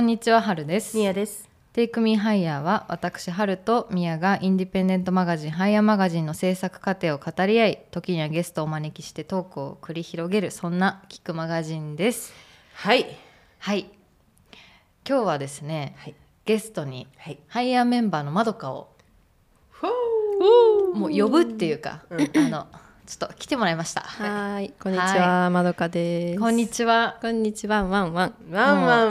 にちは、はるです。みやです。テイクミーハイヤーは私ハルとミヤがインディペンデントマガジンハイヤーマガジンの制作過程を語り合い時にはゲストをお招きしてトークを繰り広げるそんなキックマガジンですはい。はい今日はですねはい。ゲストにはい。ハイヤーメンバーのまどかをふう。もう呼ぶっていうか、うんあのちょっと来てもらいましたはい、こんにちは、まどかです。こんにちはこんにちは、ワンワン。ワンワンワン。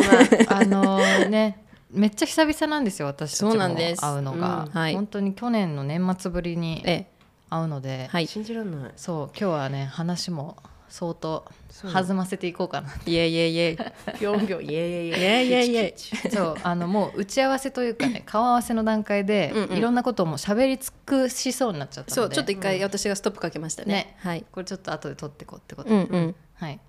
あのねめっちゃ久々なんですよ私たちもそうなんです会うのが、うんはい本当に去年の年末ぶりにえ会うのでえ、、はい、 い信じられない。そう今日はね話も相当そう弾ませていこうかなえいえいえい。ぴょん ぴょん。いえいえいいえ。えいえいえ。そうあのもう打ち合わせというか ね顔合わせの段階でうんうんいろんなことをもう喋り尽くしそうになっちゃったので そう、ちょっと一回私がストップかけましたね。ねはい。これちょっと後で撮ってこうってこと、うんうん。はい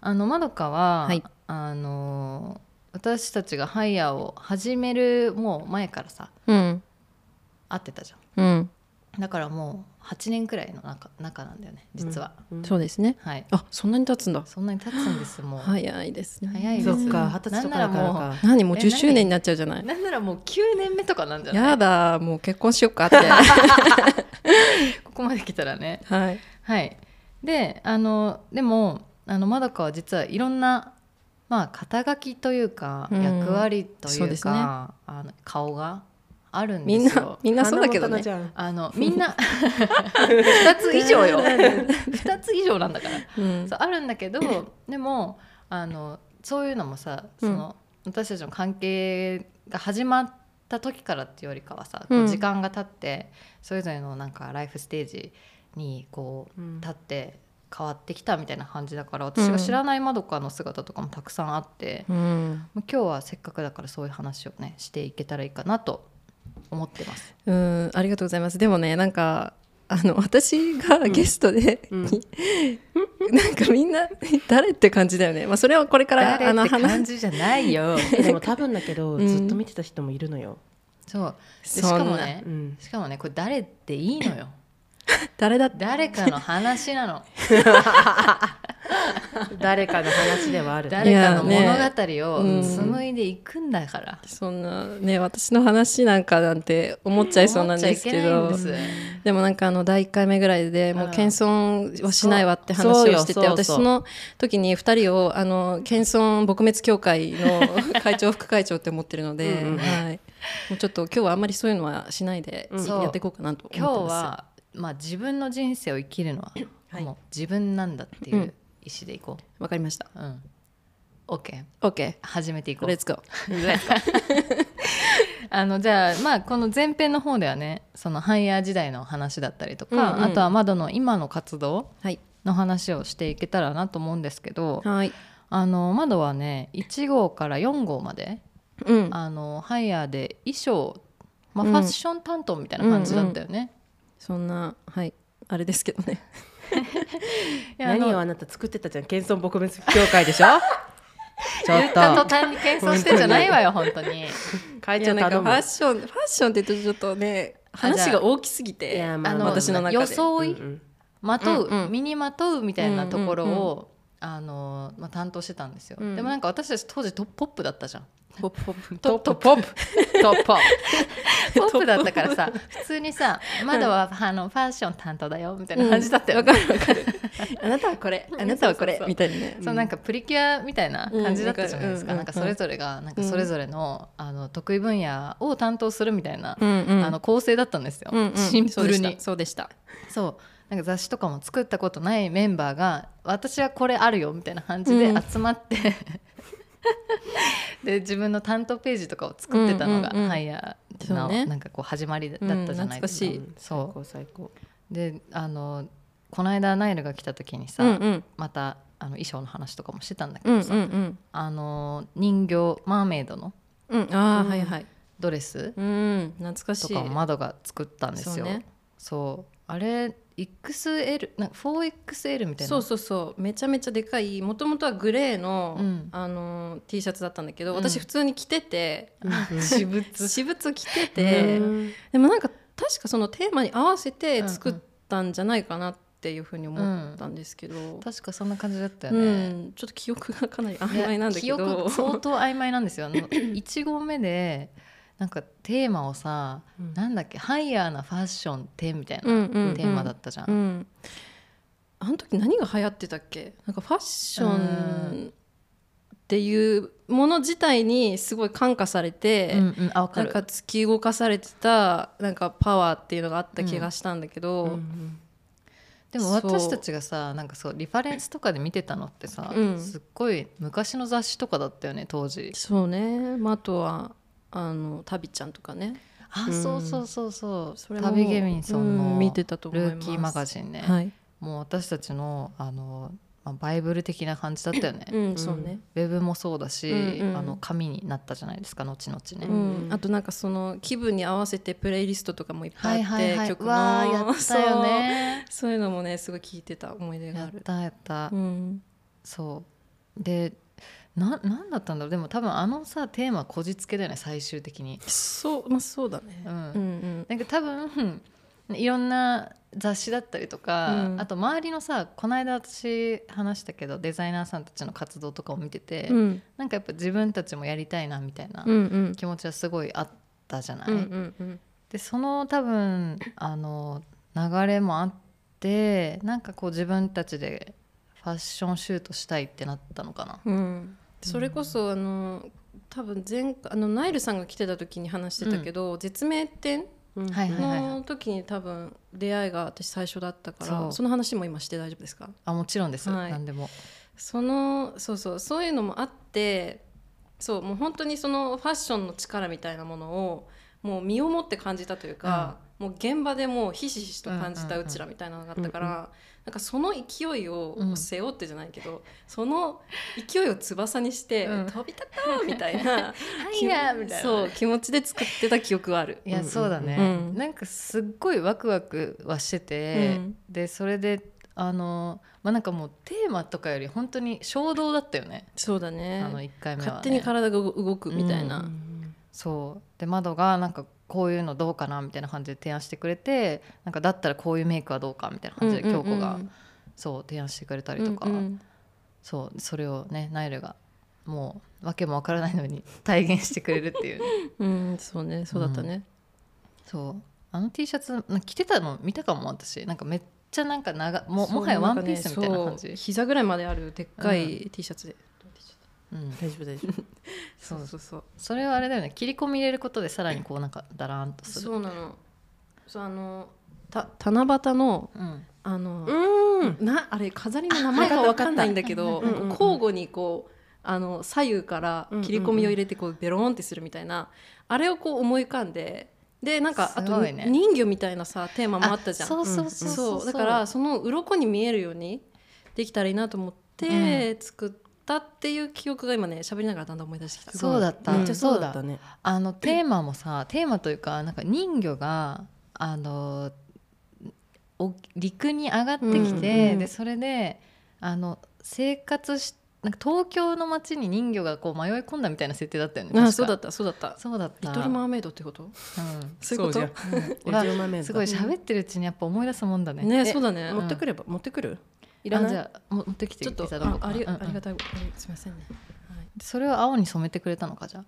あのまどかは、はいあの私たちがハイヤーを始めるもう前からさうん。会ってたじゃうん。んだからもう8年くらいの中中なんだよね実は、うん。そうですね。はいあ、そんなに経つんだ。そんなに経つんですもう、早いですね。早いですそっか、二十歳とかだかならんならもか。何もうえ10周年になっちゃうじゃない。なんならもう9年目とかなんじゃないやだ、もう結婚しよっ かって。ここまで来たらねはい。はいであのでもあのまどかは実はいろんなまあ肩書きというかうん役割といそううですねか、あの顔があるんみんですなよ、みんなそうだけど花形ねじ。ゃんあのみんな2つ以上よ2つ以上なんだからうん。そうあるんだけど でもあのそういうのもさその、私たちの関係が始まった時からっていうよりかはさ、こううん時間が経ってそれぞれのなんかライフステージにこううん立って変わってきたみたいな感じだから私が知らないまどかの姿とかもたくさんあって、うん。まあ今日はせっかくだからそういう話をねしていけたらいいかなと思ってます。うん、ありがとうございます。でもね、なんか、あの、私がゲストで、うん なんかみんな、誰って感じだよね。まあ、それはこれから、あ誰っの、て話感じじゃない よ。でも多分だけど、うんずっと見てた人もいるのよ。そうでしそんかなもねうん。しかもねこれ誰っていいのよ。誰だって誰かの話 なの誰かの話ではある。誰かのいや物ねう語をん紡いでいくんだから、そんなね私の話なんかなんて思っちゃいそうなんですけ思どっちゃいけでないん もなんかあの第1回目ぐらいでもううん謙遜はしないわってそうそ話うをよしててそうそう私その時に2人をあの謙遜撲滅協会の会長副会長って思ってるのでうんうんはい、もうちょっと今日はあんまりそういうのはしないでうんそうやっていこうかなと思って今ます。日は、まあ、自分の人生を生きるのは、はいもう自分なんだっていう意思でいこわかりました。う、うん、OK OK 始めていこうレッツゴー。 あのじゃあまあこの前編の方ではねそのハイヤー時代の話だったりとか、うんうんあとは窓の今の活動はいの話をしていけたらなと思うんですけどはい。あの窓はね1号から4号までうん。あのハイヤーで衣装、まあ、うんファッション担当みたいな感じだったよね。そんなはいあれですけどね。いやあ何のをあなた作ってたじゃん。謙遜撲滅協会で しょ。ちょ言っった途と。端に謙遜してんじゃないわよ本当に。会い長やなんか頼フむァッ。ションファッションって言うとちょっとねあじゃあ話が大きすぎていやまあの私の中で装い、うんまとう、うんうん身にまとうみたいなところを、あのまあ、担当してたんですよ、うんでもなんか私たち当時トップポップだったじゃんポップポップトップポップトップポップポップだったからさ普通にさ「窓は、あのファッション担当だよ」みたいな感じだったよ、ねわかるわかるあなたはこれあなたはこれそうそうそうみたいなねそうなんかプリキュアみたいな感じだったじゃないですか、うなんわんかかるそれぞれがなんかそれぞれの,、あの得意分野を担当するみたいな、うんうんあの構成だったんですよ、うんうんシンプルにそうでしたそうなんか雑誌とかも作ったことないメンバーが私はこれあるよみたいな感じでうん集まって、 で自分の担当ページとかを作ってたのが、うんうんうんハイヤーの、そうねなんかこう始まりだったじゃないですか。うん最懐かしいそ高最高。うであのこの間ナイルが来た時にさ、うんうんまたあの衣装の話とかもしてたんだけうんうどんさ、うんあの人形マーメイドのうんああうんはいはいドレスうん懐かしいとかを窓が作ったんですよ。そうねそうあれ XL なんか 4XL みたいなそうそうそうめちゃめちゃでかいもともとはグレーの、うんあのー T シャツだったんだけど、うん私普通に着ててうん私物私物を着てえて、ーうんでもなんか確かそのテーマに合わせて作ったんじゃないかなっっていうふうに思ったんですけど、 確かそんな感じだったようね、ん、ちょっと記憶がかなりいや曖昧なんだけ記憶どが相当曖昧なんですよあの 1合目でなんかテーマをさうんなんだっけハイヤーなファッションってみたいなうんうんうんテーマだったじゃん、うん、あの時何が流行ってたっけなんかファッショうンっていうもの自体にすごい感化されて、うんうんあわかなんるか突き動かされてたなんかパワーっていうのがあった気がしたんだけど、ううんうんんでもそう私たちがさなんかそうリファレンスとかで見てたのってさ、うんすっごい昔の雑誌とかだったよね当時そうね、まあ、あとはあのタビちゃんとかねあ、うんそうそうそうそうそれも旅ゲミンソンうのんル見てたと思いますーキーマガジンね、はい、もう私たちのあの、まあ、バイブル的な感じだったよね、うウん、そうね、ェブもそうだし、うんうんあの紙になったじゃないですか後々ね、うんあとなんかその気分に合わせてプレイリストとかもいっぱはいいあっはいて、はい曲うのわーやったよね そうそういうのもねすごい聞いてた思い出がやあっる、たやった、うん、そうでななんだったんだろうでも多分あのさテーマこじつけだよね最終的にそうまあそうだね、うんうんなんか多分いろんな雑誌だったりとか、うんあと周りのさこの間私話したけどデザイナーさんたちの活動とかを見てて、うんうんなんかやっぱ自分たちもやりたいなみたいなうんうん気持ちはすごいあったじゃない。うんうんうんでその多分あの流れもあってなんかこう自分たちでファッションシュートしたいってなったのかな。うん、それこそあの多分前回あのナイルさんが来てた時に話してたけど、絶命点うんはいはいの時に多分出会いが私最初だったから、そうその話も今して大丈夫ですかあもちろんです、はい何でも。そのそうそうそういうのもあってそうもう本当にそのファッションの力みたいなものをもう身をもって感じたというか、もう現場でもうひしひしと感じうんたうんううんちらみたいなのがあったから、うんなんかその勢いうんを背負ってじゃないけど、その勢いを翼にして、うん飛び立ったみたいな気持そう気持ちで作ってた記憶はある。いや、うんうんそうだね、うんなんかすっごいワクワクはしてて、うんでそれであのまあなんかもうテーマとかより本当に衝動だったよね、そうだねあの1回目は、ね、勝手に体が動くみたいな。うんそうで窓がなんかこういうのどうかなみたいな感じで提案してくれてなんかだったらこういうメイクはどうかみたいな感じで京子がそう提案してくれたりとか、うんうんそうそれをねナイルがもう訳もわからないのに体現してくれるっていうね、うん、そうね、そうだったね。そうあの T シャツな着てたの見たかも私なんかめっちゃなんか長もそうもはやワンピーんかスねみたいな感じそう膝ぐらいまであるでっかい T シャツで。うん、大丈夫大丈夫そうそううそう。それはあれだよね切り込み入れることでさらにこうなんかだらーんとするそうなの。そうあのた七夕のうん、あの、うんなあれ飾りの名前がわかんないんだけど、うんうんうん交互にこうあの左右から切り込みを入れてこうベローンってするみたいな、あれをこう思い浮かんで。でなんかあすと、ごいね人魚みたいなさテーマもあったじゃんそうそうそうそうだからその鱗に見えるようにできたらいいなと思って作ったっていう記憶が今ね喋りながらだんだん思い出してきたそうだっためっちゃそうそだうっだたねあのテーマもさテーマというかなんか人魚があのお陸に上がってきて、うんうんでそれであの生活しなんか東京の街に人魚がこう迷い込んだみたいな設定だったよね確あかそうだったそうだったそうだったリトル・マーメイドってことうんそういうこじゃとんうんおじまめすごい喋ってるうちにやっぱ思い出すもんだね。ねえそうだねん持ってくれば持ってくるいいららないじゃあも持ってきてちょっといただこあうかあなりありがとたいありすみませんね、はい、それを青に染めてくれたのかじゃあ。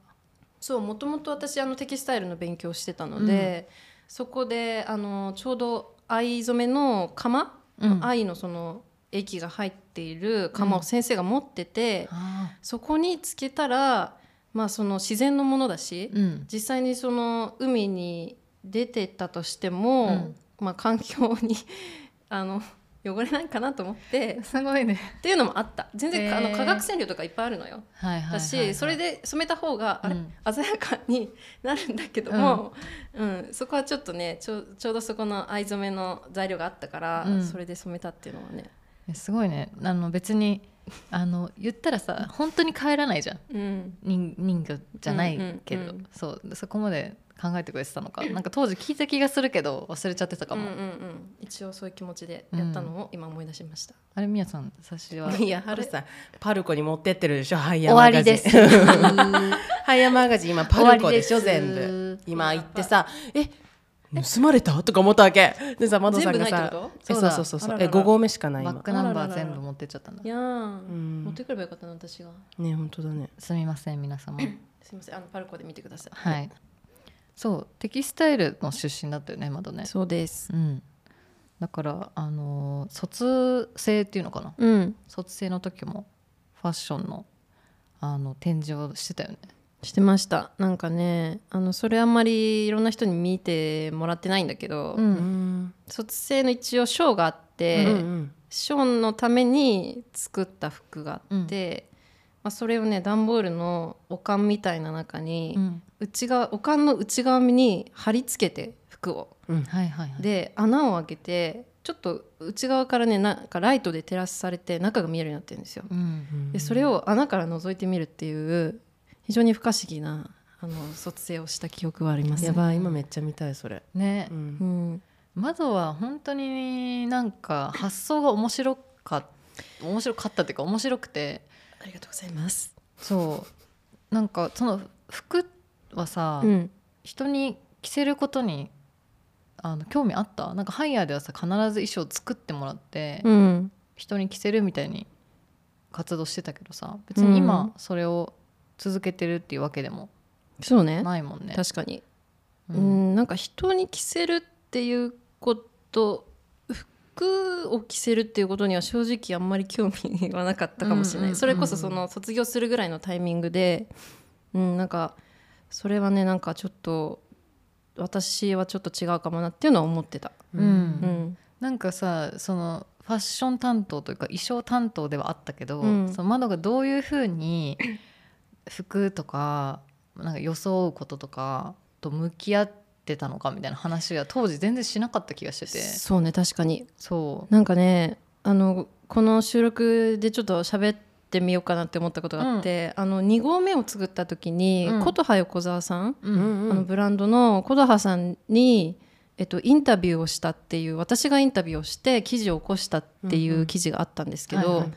そうもともと私あのテキスタイルの勉強してたので、そこであのちょうど藍染めの釜、うん藍のその液が入っている釜を先生が持ってて、あそこにつけたら、まあ、その自然のものだし、ーうん実際にその海に出てったとしても、うんまあ、環境に あの汚れないかなと思ってすごいね。っていうのもあった全然、へーあの化学染料とかいっぱいあるのよ。はいはいはいはい。だし、それで染めた方があれ、うん鮮やかになるんだけども、うんそこはちょっとねちょちょうどそこの藍染めの材料があったから、うんそれで染めたっていうのはね、えすごいね。あの別にあの言ったらさ本当に帰らないじゃん。うん、人人魚じゃないけど、うんうんうんそうそこまで考えてくれてたのか。なんか当時聞いた気がするけど忘れちゃってたかも。うんうんうん、一応そういう気持ちでやったのを今思い出しました、あれみやさん差しは。いやあ春れささパルコに持ってってるでしょハイ終ヤーマわガりジンです。ハイヤーマガジン今パルコでしょ 終わりです全部今行ってさえ盗まれたとか思ったわけでさマドさんが全部ないっさてこえとそうそうそうそうあらららえ5合目しかない バッ今クナンバー全部持ってっちゃったんだいやーうん持ってくればよかったな私がね本当だねすみません皆様すみませんあのパルコで見てくださいはいそうテキスタイルの出身だったよねまだねそうですうんだからあのー卒生っていうのかなうん卒生の時もファッションのあの展示をしてたよねしてましたなんかねあのそれあんまりいろんな人に見てもらってないんだけど、ううんん卒生の一応ショーがあって、うんうんショーのために作った服があって、まあ、それをね段ボールのおかんみたいな中に、うん内側おかんの内側に貼り付けて服をはいはいはいで穴を開けてちょっと内側からねなんかライトで照らされて中が見えるようになってるんですよ。うんうんでそれを穴から覗いてみるっていう非常に不可思議なあの卒生をした記憶はありますね。やばい今めっちゃ見たいそれねううんん、窓は本当になんか発想が面白か面白かったっていうか面白くてありがとうございます。そうなんかその服はさ、うん、人に着せることにあの興味あったなんかハイヤーではさ必ず衣装作ってもらって、うん、人に着せるみたいに活動してたけどさ別に今それを続けてるっていうわけでもそうねないもんね。確かに、ううんん、なんか人に着せるっていうこと服を着せるっていうことには正直あんまり興味はなかったかもしれなうい、んうんそれこそその卒業するぐらいのタイミングで、うん、なんかそれはねなんかちょっと私はちょっと違うかもなっていうのは思ってた、うんううんん、なんかさそのファッション担当というか衣装担当ではあったけど、うんその窓がどういうふうに服とかなんか装うこととかと向き合ってたのかみたいな話は当時全然しなかった気がしててそうね確かにそうなんかねあのこの収録でちょっと喋ってみようかなって思ったことがあって、あの2合目を作った時に、うん琴葉横澤さん、ううんんうんあのブランドの琴葉さんに、えっと、インタビューをしたっていう私がインタビューをして記事を起こしたっていんううん記事があったんですけはいど、はい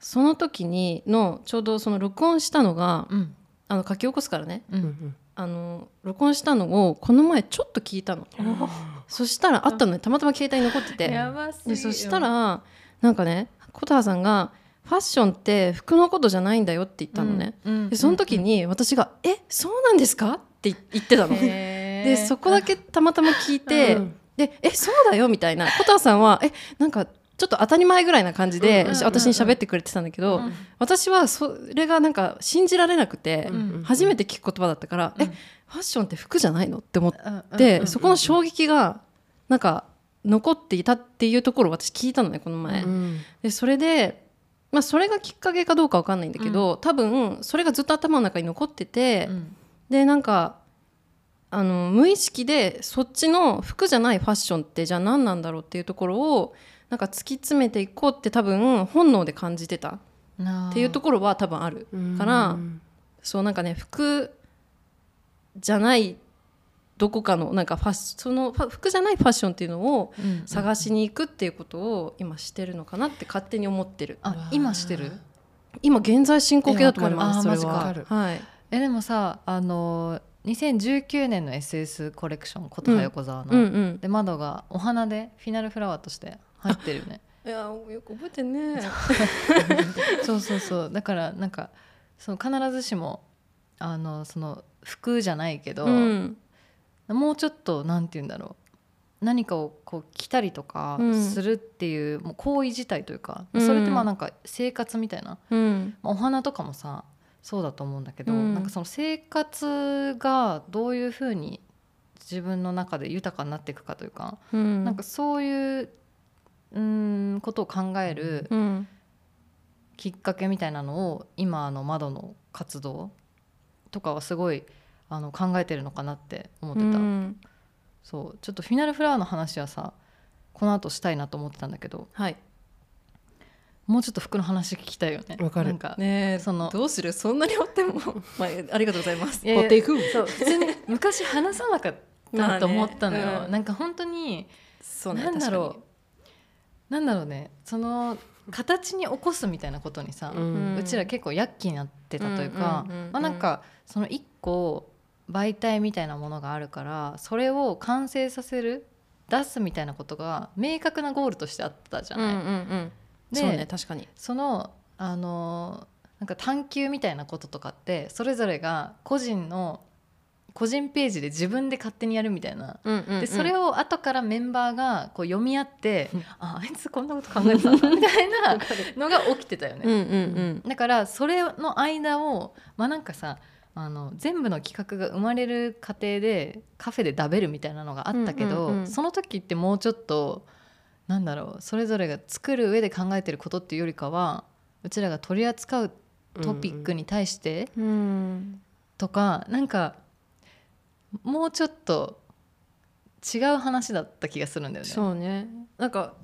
その時にのちょうどその録音したのがうんあの書き起こすからねううんんあの録音したのをこの前ちょっと聞いたのそしたらあったのねたまたま携帯に残っててばすでそしたらなんかね琴葉さんが「ファッションって服のことじゃないんだよ」って言ったのね、うんうんでその時に私が「えそうなんですか?」って言ってたの。ででそこだけたまたま聞いて、うんでえそうだよみたいな琴葉さんはえなんかちょっと当たり前ぐらいな感じうんうで、んうんうん私に喋ってくれてたんだけど、私はそれがなんか信じられなくて、ん初めて聞く言葉だったから、うんえファッションって服じゃないのって思っでて、そこの衝撃がなんか残っていたっていうところを私聞いたのねこの前。うんでそれで、まあ、それがきっかけかどうかわかんないんだけど、多分それがずっと頭の中に残ってて、でなんかあの無意識でそっちの服じゃないファッションってじゃあ何なんだろうっていうところをなんか突き詰めていこうって多分本能で感じてたっっていうところは多分ある。うんからうんそうなんかね服じゃないどこかのなんかファッシそのファ服じゃないファッションっていうのを探しに行くっていうことを今してるのかなって勝手に思ってるあ今してる今現在進行形だと思いますいそやれわかはるあーマジはいえでもさあの2019年の SS コレクション琴葉横澤の、うんうんで窓がお花でフィナルフラワーとして入ってるよ ねいやよく覚えてんねそうそうそうだからなんかその必ずしもあのその服じゃないけど、うんもうちょっとなんて言うんだろう何かをこう着たりとかうんするっていう,、もう行為自体というか、うんそれってまあなんか生活みたいなうんまあお花とかもさそうだと思うんだけど、うんなんかその生活がどういうふうに自分の中で豊かになっていくかというか、うんなんかそういううーんことを考えるうんきっかけみたいなのを今あの窓の活動とかはすごいあの考えてるのかなって思ってた、うんそうちょっとフィナルフラワーの話はさこの後したいなと思ってたんだけどはいもうちょっと服の話聞きたいよねわかるなんか、ねえそのどうするそんなに追っても まあありがとうございますいやいや持っていくそう普通に昔話さなかったと思ったのよ、まあねうんなんか本当にそうね何だろ確かうなんだろうねその形に起こすみたいなことにさ、ううんんちら結構躍起になってたというか、うんうんうんうんまあ、なんかその一個媒体みたいなものがあるからそれを完成させる出すみたいなことが明確なゴールとしてあったじゃうんうない。んうんでそうね確かにそのあのなんか探求みたいなこととかってそれぞれが個人の個人ページで自分で勝手にやるみたいな。うんうんうんでそれを後からメンバーがこう読み合って、うんああいつこんなこと考えてたんだみたいなのが起きてたよね。うんうんうんだからそれの間をまあなんかさあの全部の企画が生まれる過程でカフェで食べるみたいなのがあったけど、うんうんうんその時ってもうちょっとなんだろうそれぞれが作る上で考えてることっていうよりかはうちらが取り扱うトピックに対してうんとか、なんかもうちょっと違う話だった気がするんだよね。そうねなんか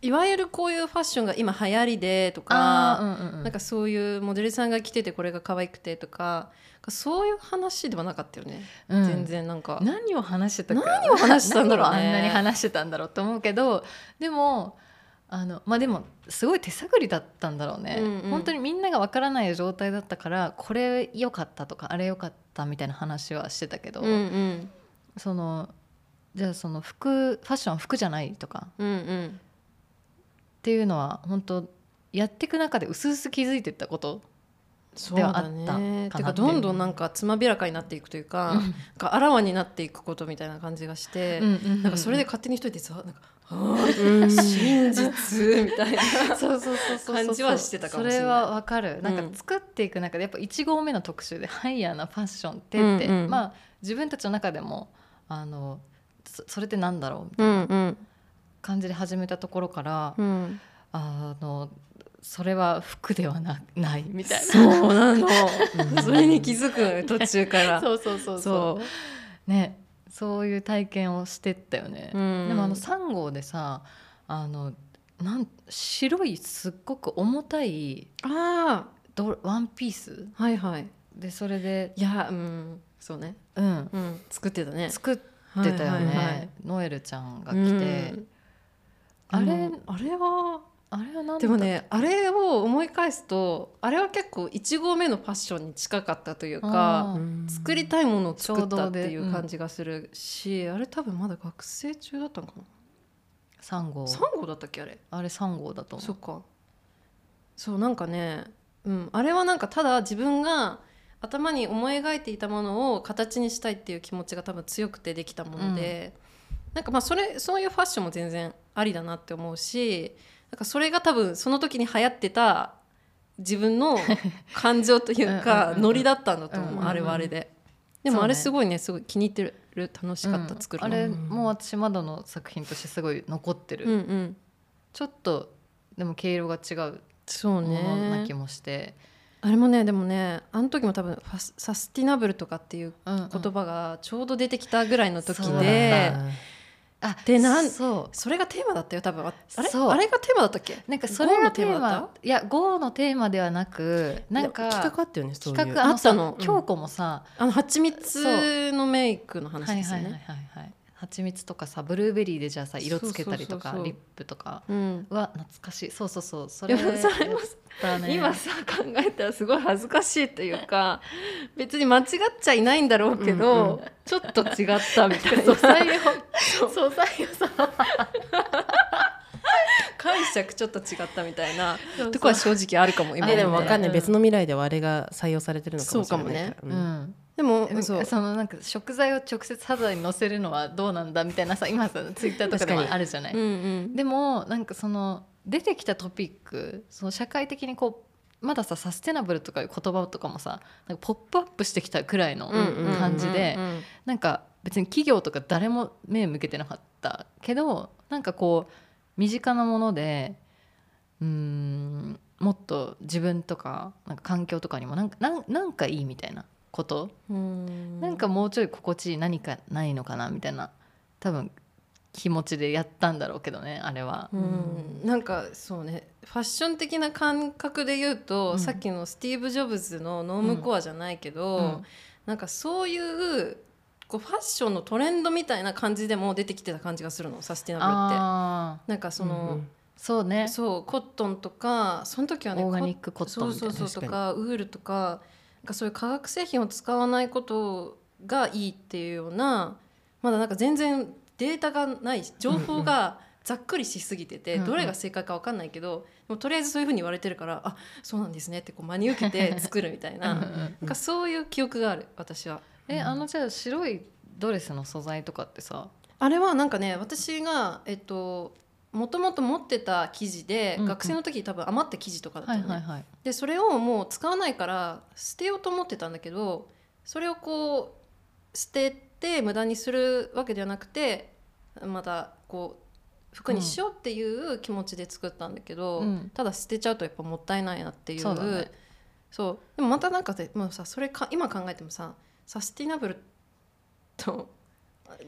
いわゆるこういうファッションが今流行りでとあか、ーうんうんうんなんかそういうモデルさんが着ててこれが可愛くてとかそういう話ではなかったよね、うん全然なんか何を話してたか何を話してたんだろうね何をあんなに話してたんだろうと思うけどでもあのまあでもすごい手探りだったんだろうね、うんうん本当にみんながわからない状態だったからこれ良かったとかあれ良かったみたいな話はしてたけど、うんうんそのじゃあその服ファッションは服じゃないとかうんうんっていうのは本当やっていく中で薄々気づいてったことそうだではあったかなっねててかどんどんなんかつまびらかになっていくというか、があらわになっていくことみたいな感じがして、ななんかそれで勝手に一人でさなんか「あー真実」みたいなそうそうそうそうそう感じはしてたかもしれないそれはわかるなんうかん作っていく中でやっぱ1号目の特 集で「ハイヤーなファッションって」って、うんうんまあ自分たちの中でもあのそそれってなんだろうみたいなうんうん感じで始めたところから、うんあのそれは服ではなないみ たいな。そうなのそれに気づく途中からそうそうそうそうねそういう体験をしてったよね、うんでもあの3号でさあのなん白いすっごく重たいあドワンピースあはいはいでそれでいやうんそうね、うん、うん、作ってたね作ってたよね、はいはいはいノエルちゃんがう来て、んあれうんあれはあれはなんだでもねあれを思い返すとあれは結構1合目のファッションに近かったというあかうん作りたいものを作ったってちいょうどでううん感じがするし、あれ多分まだ学生中だったのかな3号3号だったっけあれあれ3号だと思そうっかそうなんかね、うん、あれはなんかただ自分が頭に思い描いていたものを形にしたいっていう気持ちが多分強くてできたもので、なんかまあそれそういうファッションも全然ありだなって思うしなんかそれが多分その時に流行ってた自 分の感情といううんうんかうんうんノリだったんだとうん思ううんうんあれはあれそで。うねでもあれすごいねすごい気に入ってる楽しかった、作るあのれもう私まだの作品としてすごい残ってる、うんうんちょっとでも毛色が違うそうもねのな気もして、あれもねでもねあの時も多分ファスサスティナブルとかっていううんうん言葉がちょうど出てきたぐらいの時そうなんで、だあでなんそそれがテーマだったよ多分ああれそうあれがテーマだったっけうなんかそれがテーマゴーのテーマだっいや GO のテーマではなくなんか企画あったよねそういう企画ああのったさのうん京子もさ、あの蜂蜜のメイクの話ですよはいねはいはいはいはい蜂蜜とかさブルーベリーでじゃあさ色つけたりとかそうそうそうそうリップとかうんは懐かしいそうそうそうそでれもさあれもだね今さ考えたらすごい恥ずかしいというか別に間違っちゃいないんだろうけど、うんうちょっと違ったみたい素な材を素材をさ解釈ちょっと違ったみたいなそうとこは正直あるかも今あえでもわかんない、うん別の未来ではあれが採用されてるのかもしれないうんんでもなんかそうそのなんか食材を直接肌にのせるのはどうなんだみたいなさ今さツイッターとかでも確かにあるじゃない、うんうんでもなんかその出てきたトピックその社会的にこうまださサステナブルとかいう言葉とかもさなんかポップアップしてきたくらいのうん感じでうんうんうんなんか別に企業とか誰も目向けてなかったけどなんかこう身近なものでうーんもっと自分とかなんか環境とかにもなんかなんなんかいいみたいなこと、うんなんかもうちょい心地いい何かないのかなみたいな多分気持ちでやったんだろうけどねあれは。うんなんかそうねファッション的な感覚で言うと、うんさっきのスティーブ・ジョブズのノームコアじゃないけど、うんなんかそういうこうファッションのトレンドみたいな感じでも出てきてた感じがするのサスティナブルって。あなんかその、ーそうねそうコットンとかその時はねオーガニックコットンみたいなそうそうそうとかウールとかなんかそういう化学製品を使わないことがいいっていうようなまだなんか全然データがないし情報がざっくりしすぎてて、うんうんどれが正解か分かんないけど、でもとりあえずそういうふうに言われてるからあそうなんですねってこう真に受け て作るみたいなうんうんなんかそういう記憶がある私は。えあのじゃあ白いドレスの素材とかってさあれはなんかね私がえっともともと持ってた生地で、うんうん学生の時多分余った生地とかだったのね、はいでそれをもう使わないから捨てようと思ってたんだけどそれをこう捨てて無駄にするわけではなくてまたこう服にしようっていう気持ちで作ったんだけど、うんただ捨てちゃうとやっぱもったいないなっていうそうだねそうでもまたなんかでもうさそれか今考えてもさサスティナブルと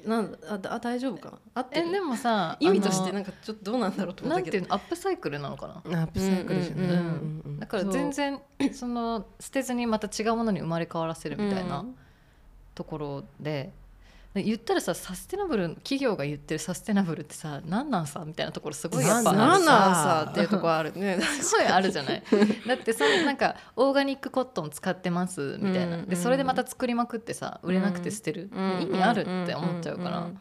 なんあだあ大丈夫かなあってえるでも さ意味としてあのなんかちょっとどうなんだろうと思っなたんけていどうのアップサイクルなのかなアップサイクルじゃない、うんうんうんうんだから全然その捨てずにまた違うものに生まれ変わらせるみたいなうんところで、言ったらさサステナブル企業が言ってるサステナブルってさ何なんさみたいなところすごいやっぱなんなんなんなんさっていうとこあるね すごいあるじゃない だってそのなんかオーガニックコットン使ってますみたいな、うんでそれでまた作りまくってさ売れなくて捨てる、うん意味あるって思っちゃうから、んんん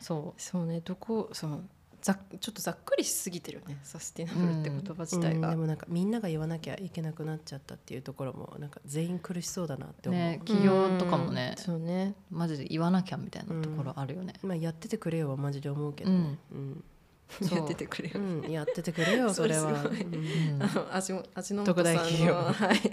そそうねどこそうざっちょっとざっくりしすぎてるよねサスティナブルって言葉自体うんが、でもなんかみんなが言わなきゃいけなくなっちゃったっていうところもなんか全員苦しそうだなってう思う、ね企業とかもね、そうねマジで言わなきゃみたいなところあるよね、まあやっててくれよはマジで思うけどね、うんそうやっててくれうる、んやっててくれよそそれれはすごいうんうんあの味も味の素特さん大の企業はい、はい、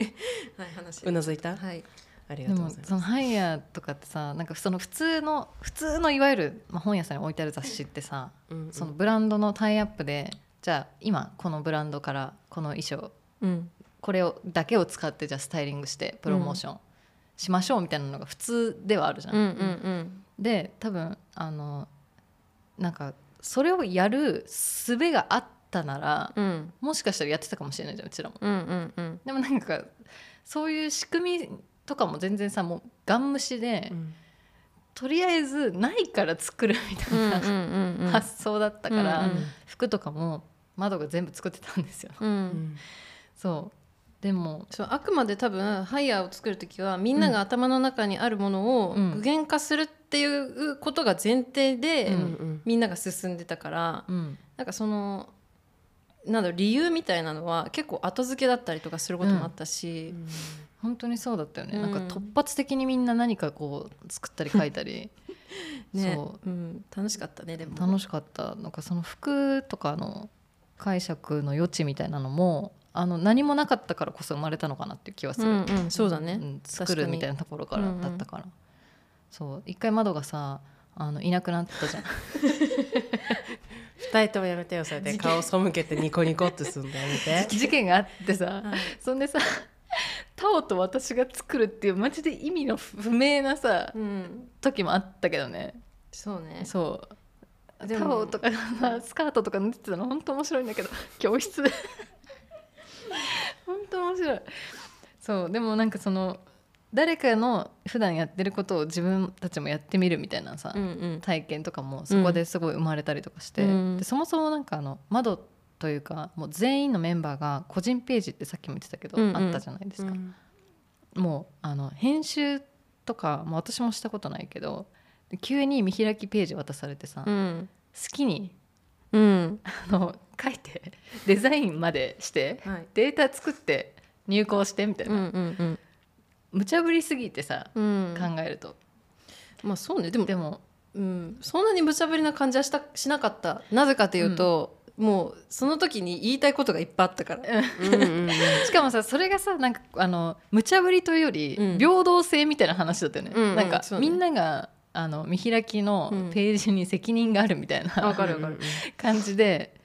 話うなずいた、はいありがでとうごもざいますそのハイヤーとかってさなんかその普通の普通のいわゆる、まあ、本屋さんに置いてある雑誌ってさうんうんそのブランドのタイアップでじゃあ今このブランドからこの衣装うんこれをだけを使ってじゃあスタイリングしてプロモーションしましょうみたいなのが普通ではあるじゃん。うんうんで多分あのなんかそれをやる術があったならうんうんもしかしたらやってたかもしれないじゃんうちらも。うんうんうんでもなんかそういう仕組みとかも全然さもうガン無視で、うんとりあえずないから作るみたういんな、うんうん発想だったから、うんうん服とかも窓が全部作ってたんですよ。ううんんそうでもそうあくまで多分ハイヤーを作る時はみんなが頭の中にあるものをうん具現化するっていうことが前提で、うんうんみんなが進んでたから、うんなんかそのなんだろう理由みたいなのは結構後付けだったりとかすることもあったし、本当にそうだったよね、うんなんか突発的にみんな何かこう作ったり書いたり、 ね、そうん、楽しかったねでもう楽しかったなんかその服とかの解釈の余地みたいなのもあの何もなかったからこそ生まれたのかなっていう気はする、うんうんそうだうね、ん作るみたいなところからうんうんだったから、そう一回窓がさあのいなくなったじゃん二人ともやめてよそれで顔背けてニコニコってすんだやめて事件があってさ、はいそんでさタオと私が作るっていうマジで意味の不明なさうん、時もあったけどねそうねそうでタもオとかさスカートとか縫ってたの本当面白いんだけど教室で本当面白いそうでもなんかその誰かの普段やってることを自分たちもやってみるみたいなさ、うんうん体験とかもそこですごい生まれたりとかして、うんでそもそもなんかあの窓というかもう全員のメンバーが個人ページってさっきも言ってたけど、うんうんあったじゃないですか、もうあの編集とか、まあ、私もしたことないけど急に見開きページ渡されてさ、う好んきにうんあの書いてデザインまでしてはいデータ作って入稿してみたいうんうな、ん無茶ぶりすぎてさ、うんうん考えるとまあそうねでもでもうん、そんなに無茶ぶりな感じはしたしなかったなぜかというと、もうその時に言いたいことがいっぱいあったから、うんうんうんしかもさそれがさなんかあの無茶ぶりというより、うん平等性みたいな話だったよね、うんうんなんか、そうねみんながあの見開きのページに責任があるみたいな、わかるわかる感じで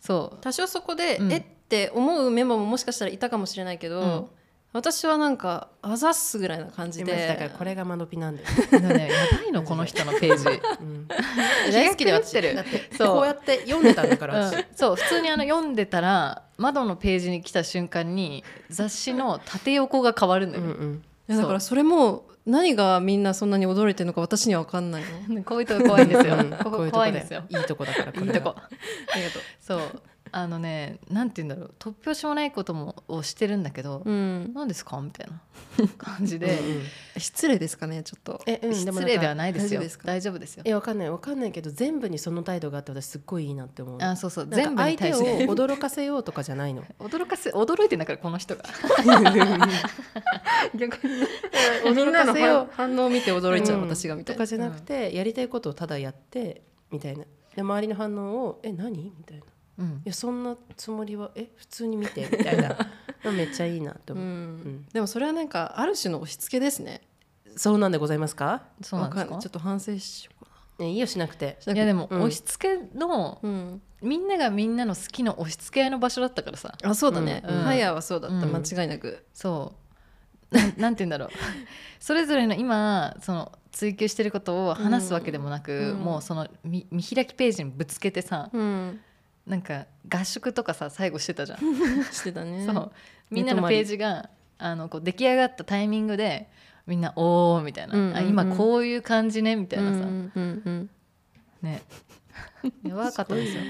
そう多少そこで、うんえって思うメンバーももしかしたらいたかもしれないけど、うん私はなんかあざっすぐらいな感じでだからでこれがマドピなんだよ、だね、やばいのこの人のページ。 うん、大大好好ききでで私私だだっっててこうやって読んでたんだかうらん私、そう普通にあの読んでたら窓のページに来た瞬間に雑誌の縦横が変わるんだうよんね、うんいやだからそれも何がみんなそんなに驚いてるのか私には分かんないのこういうとこ怖いんですようんここううと怖いんだですよいいとこだからいこれいがとこありがとうそうあのねなんて言うんだろう突拍子もないこともをしてるんだけどうん、何ですかみたいな感じでで、失礼ですかねちょっとえ、うん、でも失なんか礼ではないですよ大丈夫ですか大丈夫ですよえわかんないわかんないけど全部にその態度があって私すっごいいいなって思うあそうそうなんか全部に対して相手を驚かせようとかじ ゃないの驚かせ驚いてんだからこの人が逆にみん驚なかのせよう反応を見て驚いちゃう、うん私がみとたいなかじゃなくて、やりたいことをただやってみたいなで周りの反応を「え何?」みたいな「いうんやそんなつもりはえ普通に見て」みたい なまあめっちゃいいなとう思う、ん、でもそれはなんかある種の押し付けですねそうなんでございますかそうなんでわすかんなかいちょっと反省しようかねいいよしなくてないやでも、うん押し付けのうん、みんながみんなの好きな押し付け合いの場所だったからさあそうだね、うんハイヤーはそうだった、うん間違いなくそうなん なんて言うんだろうそれぞれの今その追求してることを話すわけでもなく、うんもうその見見開きページにぶつけてさ、うんなんか合宿とかさ最後してたじゃん、してたねそうみんなのページがあのこう出来上がったタイミングでみんな「おー」みたいな、うんうんうんあ今こういう感じね」みたいなさ、うんうんうん ねやばかったですよ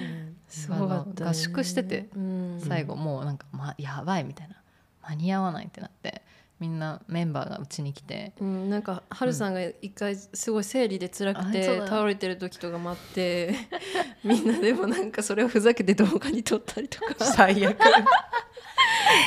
すあごかのったね合宿しててうんうん最後もうなんか、ま、やばいみたいな間に合わないってなってみんなメンバーがうちに来てうん、なんかハルさんが一回すごい生理で辛くあてそうだ倒れてる時とか待って みんなでもなんかそれをふざけて動画に撮ったりと か最悪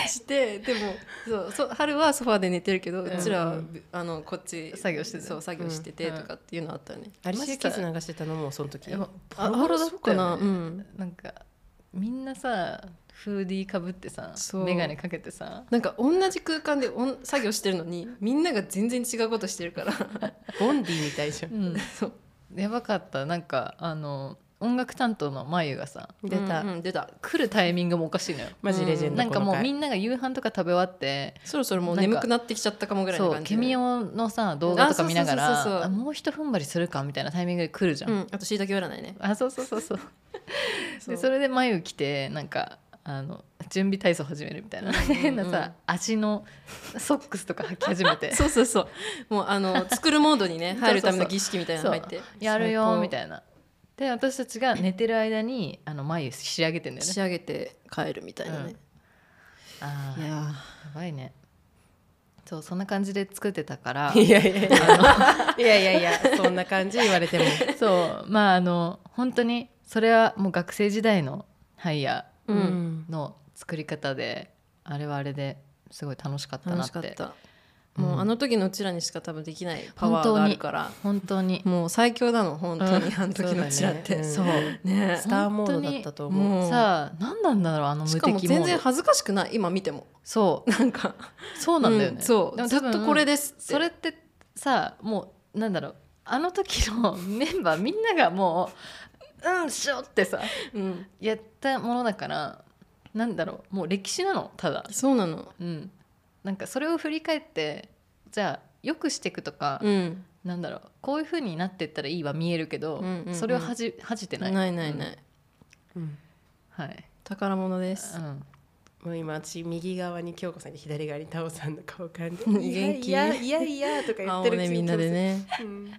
してでもそうそう春はソファーで寝てるけど、うちらはうんあのこっち作業してたそう作業しててとかっていうのあったね、有吉キス流してたのもその時やっぱあボロボロだっそうたかな、ようねん、なんかみんなさフーディーかぶってさそう眼鏡かけてさなんか同じ空間でおん作業してるのにみんなが全然違うことしてるから ボンディみたいじゃんうんそうやばかったなんかあの音楽担当のまゆがさ出た、うんうん出た来るタイミングもおかしいのよマジレジェンドなんかもうみな、んなが夕飯とか食べ終わってそろそろもうなんか眠くなってきちゃったかもぐらいのそう感じケミをオのさ動画とか見ながあそうそうそうそうそうらあもう一踏ん張りするかみたいなタイミングで来るじゃん、うん、あとしいたけ占いねあそうそうそう そうそでうそれで眉来てなんかあの準備体操始めるみたいな、変なさ足のソックスとか履き始めて そうそうそうもう あの作るモードにそねうそうそう入るための儀式みたいなの入ってやる最よ高みたいなで私たちが寝てる間にあの眉仕上げてんだよね仕上げて帰るみたいなね、あーいややばいねそうそんな感じで作ってたから いやいやいやいやいやいやそんな感じ言われ てもそうまああの本当にそれはもう学生時代のハイヤーう、うんんーの作り方であれはあれですごい楽しかったな楽っしかってたうんもうあの時のうちらにしか多分できないパワーがあるから本当にもう最強なの本当に、あの時のうちらって、うんそうねスターモードだったと思うもうさあ何なんだろうあの無し敵かモも全然ード恥ずかしくない今見てもそうなんかそうなんだよね、うんそうでもず多っ分とこれですってそれってさもうなんだろうあの時のメンバーみんながもう「うんしょ」ってさうんやったものだからなんだろうもう歴史なのただそうなのうんなんかそれを振り返ってじゃあよくしていくとか、うんなんだろうこういう風になってったらいいは見えるけど、うんうんうんそれを恥じ恥じてなないいないないうんうんはい、宝物ですうん、もう今私右側に京子さんで左側にタオさんの顔感じ元い気やいやいやいやとか言青ってるねみんなで、ねうん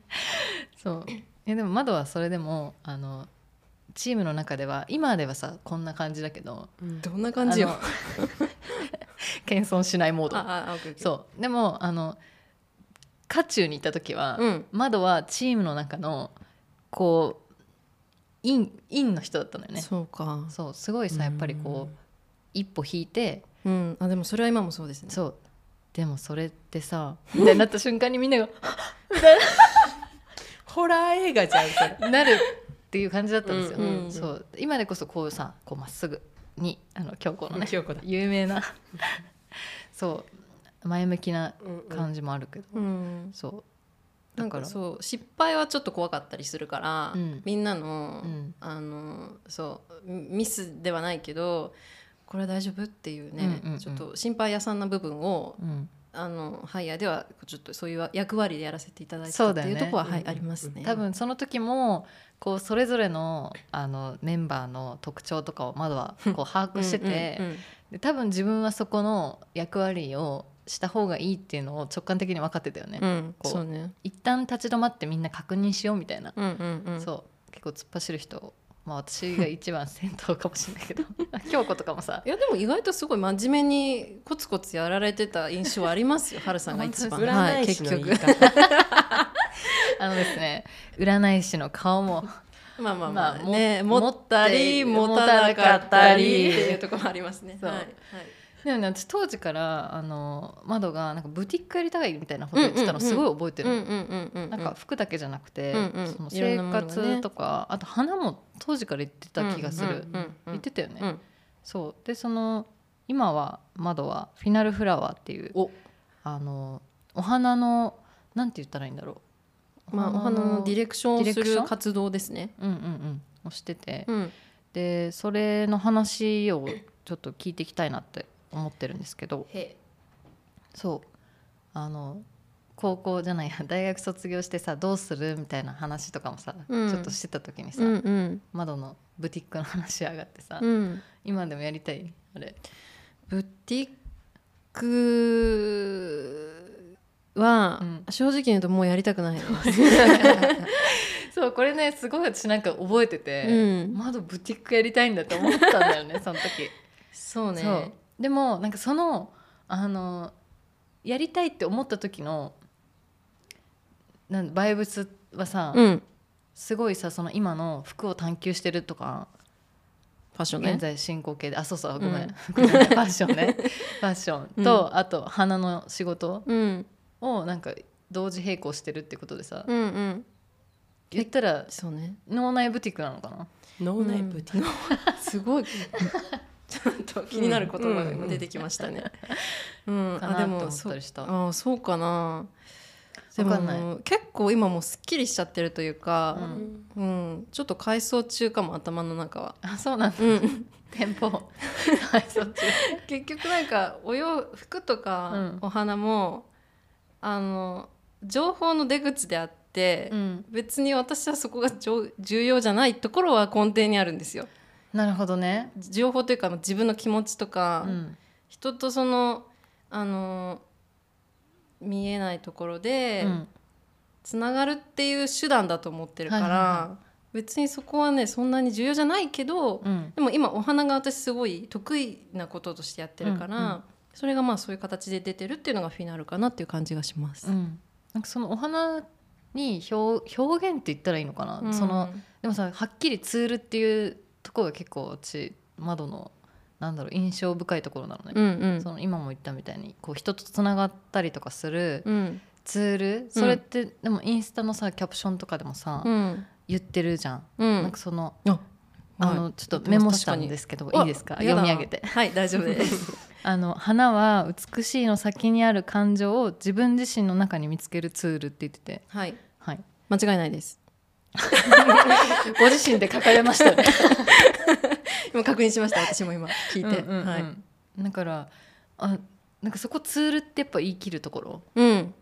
そういやでも窓はそれでもあのチームの中では今ではさこんな感じだけどどんな感じよあの 謙遜しないモードああオッケーオッケーそうでもあの渦中にいた時は、うん窓はチームの中のこう陰陰の人だったんだよねそうかそうすごいさやっぱりこう、一歩引いてうんあでもそれは今もそうですねそうでもそれってさみたいになった瞬間にみんながホラー映画じゃん それなるっていう感じだったんですよ、うんうんうんそう今でこそこうさこうまっすぐにあの京子のね京子だ有名なそう前向きな感じもあるけど、うんそうなだんかからそう失敗はちょっと怖かったりするから、うんみんなの,、うんあのそうミミスではないけどこれは大丈夫っていうね、うんうんうんちょっと心配屋さんな部分をうんあのハイヤーではちょっとそういう役割でやらせていただいてたそっうてだよいねうとこは、はいうんうんありますね。多分その時もこうそれぞれのあのメンバーの特徴とかをまだはこう把握してて、うんうんうんで多分自分はそこの役割をした方がいいっていうのを直感的に分かってたよね、うんこうそうね、一旦立ち止まってみんな確認しようみたいな、うんうんうん、そう結構突っ走る人まあ、私が一番先頭かもしれないけ ど京子とかもさいやでも意外とすごい真面目にコツコツやられてた印象はあ りますよ春さんが一番は占いい師結の言い局方、あのですね占い師の顔もまあまあままああもね持った持り持ったりたなかった持りっなかたったりていうところもありますねそうはいはいでもね私当時からあの窓がなんかブティックやりたいみたいなこと言ってたのすごい覚えてるうの、んうんうんうんなんか服だけじゃなくて、うんうんそのいろん生なものがね活とか、あと花も当時から言ってた気がする、うんうんうんうん言ってたよね、うんそうでその今は窓はフィナルフラワーっていうおあのお花のなんて言ったらいいんだろうまあお花のディレクショデンをィレすクショるン活動ですねうんうんうんをしてて、うんでそれの話をちょっと聞いていきたいなって思ってるんですけどへそうあの高校じゃないや 大学卒業してさどうするみたいな話とかもさ、うんちょっとしてた時にさ、うんうん窓のブティックの話上がってさ、うん今でもやりたいあれブティックはうん正直に言うともうやりたくないです そうこれねすごい私なんか覚えてて、うん窓ブティックやりたいんだって思ったんだ よねその時そうねそうでもなんかそのあのやりたいって思った時のなんバイブスはさ、うんすごいさその今の服を探求してるとかファッションね現在進行形であそうそうごめん、うんごめんファッション ねファッションと、うあと花の仕事うんをなんか同時並行してるってことでさ、うんうん言ったらそうね脳内ブティックなのかな脳内ブティッすごいちょっと気になる言葉が出てきました ね。うん、かなって思っそたうりしたあそうかな。わかんないも結構今もうすっきりしちゃってるといううか、んク。うん、ちょっと改装中かも頭の中は。あそうなんだうん、店舗はいそっち結局なんかお洋服とうかんお花も、あの情報の出口であって、うん別に私はそこがじょ重要じゃないところは根底にあるんですよ。なるほどね情報というか自分の気持ちとうか、ん人とそのあの見えないところうでんつながるっていう手段だと思ってるから、はいはい別にそこはねそんなに重要じゃないけど、うんでも今お花が私すごい得意なこととしてやってるから、うんうんそれがまあそういう形で出てるっていうのがフィナルかなっていう感じがします。うんなんかそのお花に表表現って言ったらいいのかな、うんそのでもさはっきりツールっていうところが結構私窓のなんだろう印象深いところなのね、うんうんその今も言ったみたいにこう人とつながったりとかするうんツール、それってでもインスタのさキャプションとかでもさ、うん言ってるじゃん、うんなんかそのああの、ちょっとメモしたんですすけどいいですか読み上げてはい大丈夫です。 あの花は美しいの先にある感情を自分自身の中に見つけるツールって言っててはいはい間違いないです。ご自身で書かれましたね今確認しました私も今聞いて、 うんうんうんはい、だからあなんかそこツールってやっぱ言い切るところうん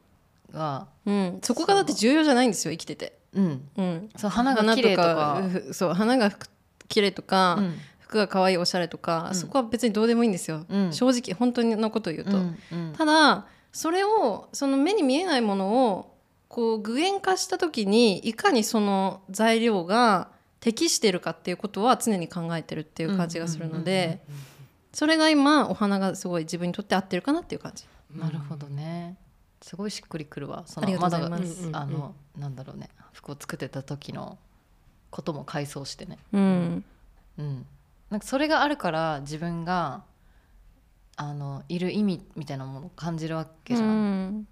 がうん、そこがだって重要じゃないんですよ生きてて、うんうん、そう花が綺麗とか花ふそう花が服綺麗とか、うん服が可愛いおしゃれとか、うんそこは別にどうでもいいんですよ、うん正直本当のことを言うと、うんうんただそれをその目に見えないものをこう具現化した時にいかにその材料が適してるかっていうことは常に考えてるっていう感じがするので、それが今お花がすごい自分にとって合ってるかなっていう感じ。なるほどねすごいしっくりくるわそありのがとうございまだますうんうんうんあのなんだろうね服を作ってた時のことも回想してねうん、うん、なんかそれがあるから自分があのいる意味みたいなものを感じるわけじゃん、うん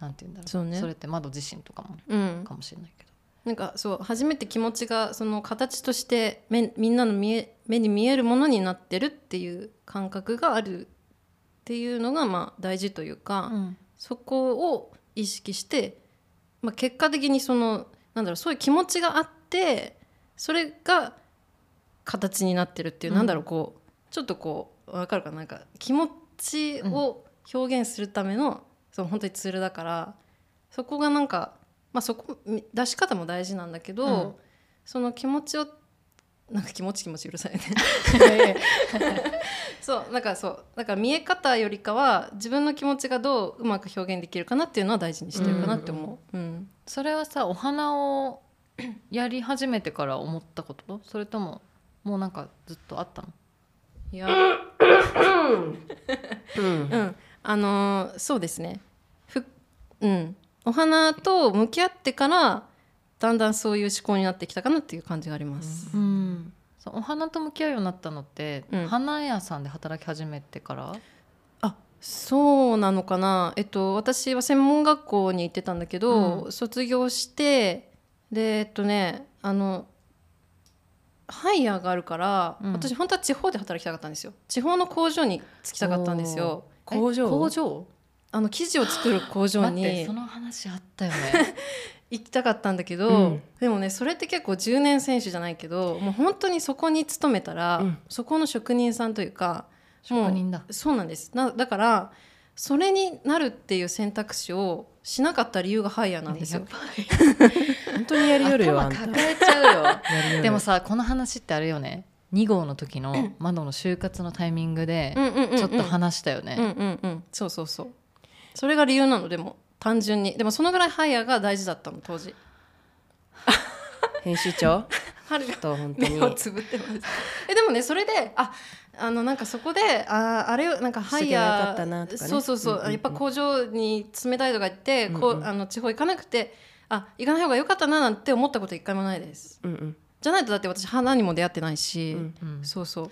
なんて言うんだろうそうねれって窓自身とかもうん、かもしれないけどなんかそう初めて気持ちがその形として目みんなの見え目に見えるものになってるっていう感覚があるっていうのがまあ大事というか、 うんそこを意識して、まあ、結果的にそのなんだろうそういう気持ちがあってそれが形になってるっていう、うんなんだろうこうちょっとこうわかるかななんか気持ちを表現するための、その本当にツールだからそこがなんか、まあ、そこみ出し方も大事なんだけど、うんその気持ちをなんか気持ち気持ちうるさいねそうなんかそうなんか見え方よりかは自分の気持ちがどううまく表現できるかなっていうのは大事にしてるかなって思う。うんそれはさお花をやり始めてから思ったことそれとももうなんかずっとあったのいやうんうん、あのーそうですねふ、うん、お花と向き合ってからだんだんそういう思考になってきたかなっていう感じがあります、うんそうお花と向き合うようになったのって、うん花屋さんで働き始めてからあそうなのかなえっと私は専門学校に行ってたんだけど、う卒業してでえっとねあのハイヤーがあるから、うん私本当は地方で働きたかったんですよ地方の工場に就きたかったんですよ工場え工場あの生地を作る工場待ってにその話あった よね行きたかったんだけど、うんでもねそれって結構10年選手じゃないけどもう本当にそこに勤めたら、うんそこの職人さんというかもう職人だそうなんですなだからそれになるっていう選択肢をしなかった理由がハイヤーなんですよや。ば本当にやりよるよあん頭た抱えちゃうよやりよるでもさこの話ってあれよね2号の時の窓の就活のタイミングでうんうんうんうんちょっと話したよね、うんうんうんそうそうそうそれが理由なのでも単純にでもそのぐらいハイヤーが大事だったの 当時。編集長はるちょっと本当目にをつぶってます えでもねそれでああのなんかそこでああれをなんかハしイとけばよかヤったなとーかねそうそうそう、うんうんうんやっぱ工場に冷たいとか言って、こうんううんあの地方行かなくてあ行かない方が良かったななんて思ったこと一回もないですうんうんじゃないとだって私花にも出会ってないし、うんうんそうそう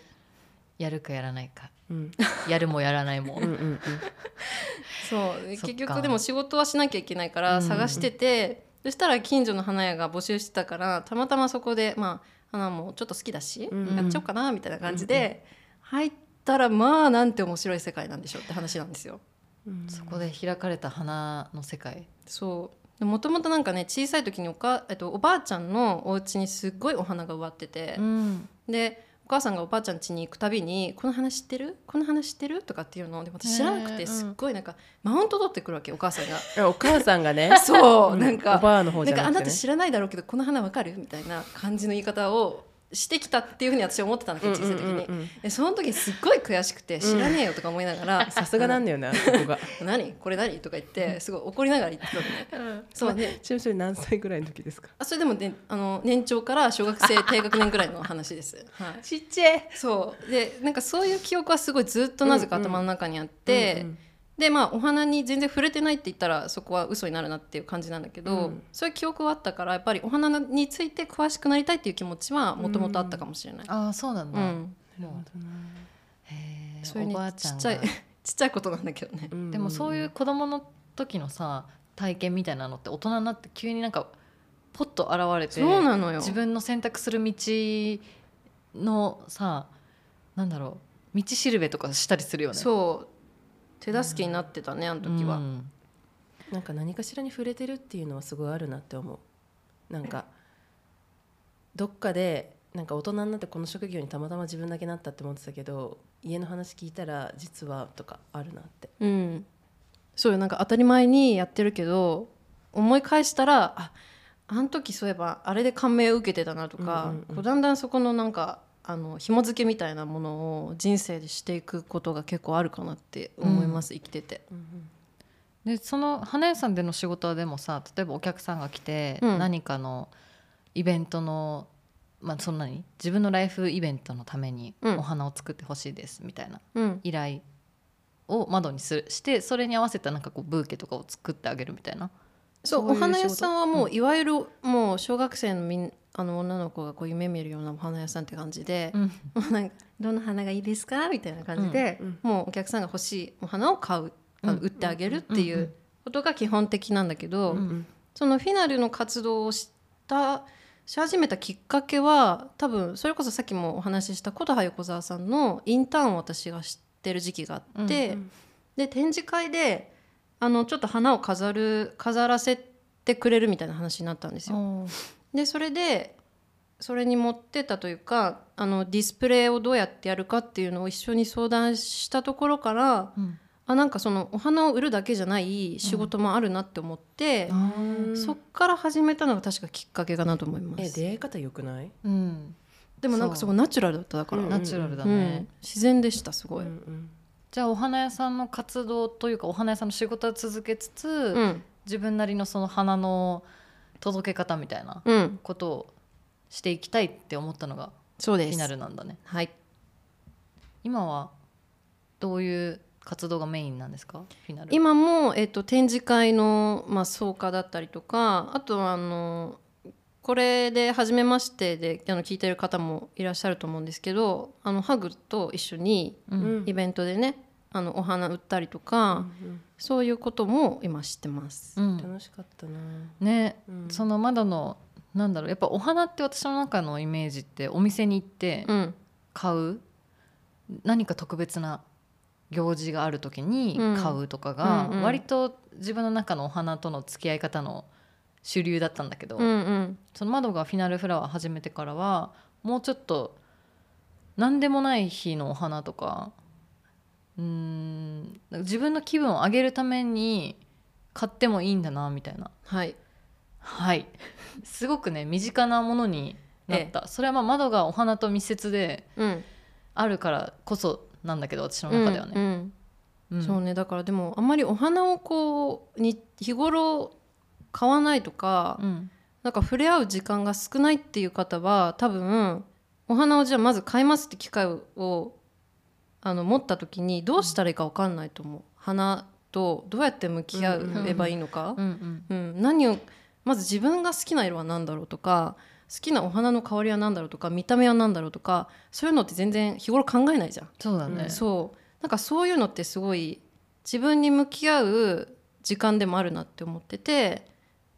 やるかやらないかうんやるもやらないも、うんうんそうそっか結局でも仕事はしなきゃいけないかうらん探してて、そしたら近所の花屋が募集してたからたまたまそこでまあ花もちょっと好きだし、うんやっちゃおうかなみたいな感じで入ったらまあなんて面白い世界なんでしょうって話なんですよ。うんそこで開かれた花の世界そうもともとなんかね小さい時におか、えっと、おばあちゃんのお家にすっごいお花が植わってて、んでお母さんがおばあちゃん家に行くたびに「この花知ってるこの花知ってる?」とかっていうのをでも私知らなくへてーすっごいなんか、マウント取ってくるわけお母さんが。えお母さんが ねそうなんかおばあの方じなんゃかあななくたてね知らないだろうけどこの花わかるみたいな感じの言い方をしてきたっていうふうに私は思ってたんだけど小さい時に、うんうんうんうんでその時すっごい悔しくて知らねえよとか思いながら、さすがなんだよなそこがあの何これ何とか言ってすごい怒りながら言ってたのねそうねちなみにそれ何歳ぐらいの時ですかあそれでもねあの年長から小学生低学年ぐらいの話です、はい、ちっちゃいそうでなんかそういう記憶はすごいずっとなぜか頭の中にあって、でまあお花に全然触れてないって言ったらそこは嘘になるなっていう感じなんだけど、うんそういう記憶はあったからやっぱりお花について詳しくなりたいっていう気持ちはもともとあったかもしれない。ああそうなんうだ、んもうへえそれおにばあちちゃっん ちゃいがちっちゃいことなんだけどね。でもそういうう子供の時のさ体験みたいなのって大人になって急になんかポッと現れてそうなのよ。自分の選択する道のさなんだろう道しるべとかしたりするよねそう手助けになってたねあの時は。うんなんか何かしらに触れてるっていうのはすごいあるなって思うなんかどっかでなんか大人になってこの職業にたまたま自分だけなったって思ってたけど家の話聞いたら実はとかあるなってうん、そうよなんか当たり前にやってるけど思い返したらああの時そういえばあれで感銘を受けてたなとうか、んうんうんこうだんだんそこのなんかあの紐付けみたいなものを人生でしていくことが結構あるかなって思います、生きてて。でその花屋さんでの仕事はでもさ例えばお客さんが来て、うん何かのイベントのまあそんなに自分のライフイベントのためにうんお花を作ってほしいですみたいなうん依頼を窓にするしてそれに合わせたなんかこうブーケとかを作ってあげるみたいなそうそういうお花屋さんはもう、仕いわゆるもう小学生のみんあの女の子がこう夢見るようなお花屋さんって感じで、うんもうなんかどんな花がいいですかみたいな感じで、うんうんもうお客さんが欲しいお花を買う、あのうん売ってあげるっていんうんうんうことが基本的なんだけど、うんそのフィナルの活動をしたし始めたきっかけは多分それこそさっきもお話しした琴葉横澤さんのインターンを私が知ってる時期があって、うんうんで展示会であのちょっと花を飾る飾らせてくれるみたいな話になったんですよ。でそれでそれに持ってたというかあのディスプレイをどうやってやるかっていうのを一緒に相談したところからうんあなんかそのお花を売るだけじゃない仕事もあるなって思って、そっから始めたのが確かきっかけかなと思いまえすで出会い方良くないうんもなんかすごいナチュラルだっただから、うんナチュラルだうね、ん自然でしたすごい、うんうんじゃあお花屋さんの活動というかお花屋さんの仕事は続けつつ、うん自分なりのその花の届け方みたいなうんことをしていきたいって思ったのがそうフでィすナルなんだねはい今はどういう活動がメインなんですかフィナル今も、えっと展示会の、まあ、総価だったりとかあとはあのこれで初めましてであの聞いてる方もいらっしゃると思うんですけどあのハグと一緒にうんうんイベントでねあのお花売ったりとか、うんそういうことも今知ってます。うんうん楽しかったな、ねうんその窓のなんだろうやっぱお花って私の中のイメージってお店に行ってうん買う何か特別な行事がある時にうん買うとかがうんうん割と自分の中のお花との付き合い方の主流だったんだけど、うんうんその窓がフィナルフラワー始めてからはもうちょっと何でもない日のお花とかうーん自分の気分を上げるために買ってもいいんだなみたいなはいはい、 すごくね身近なものになった、それはまあ窓がお花と密接でうんあるからこそなんだけど私の中ではうね、んううんんそうねだからでもあんまりお花をこうに日頃買わないとか、うんなんか触れ合う時間が少ないっていう方は多分お花をじゃあまず買いますって機会をあの持った時にどうしたらいいか分かんないと思う花とどうやって向き合えばいいのか、うんうんうん、何をまず自分が好きな色は何だろうとか好きなお花の香りは何だろうとか見た目は何だろうとかそういうのって全然日頃考えないじゃん、そうだね、うんそうなんかそういうのってすごい自分に向き合う時間でもあるなって思ってて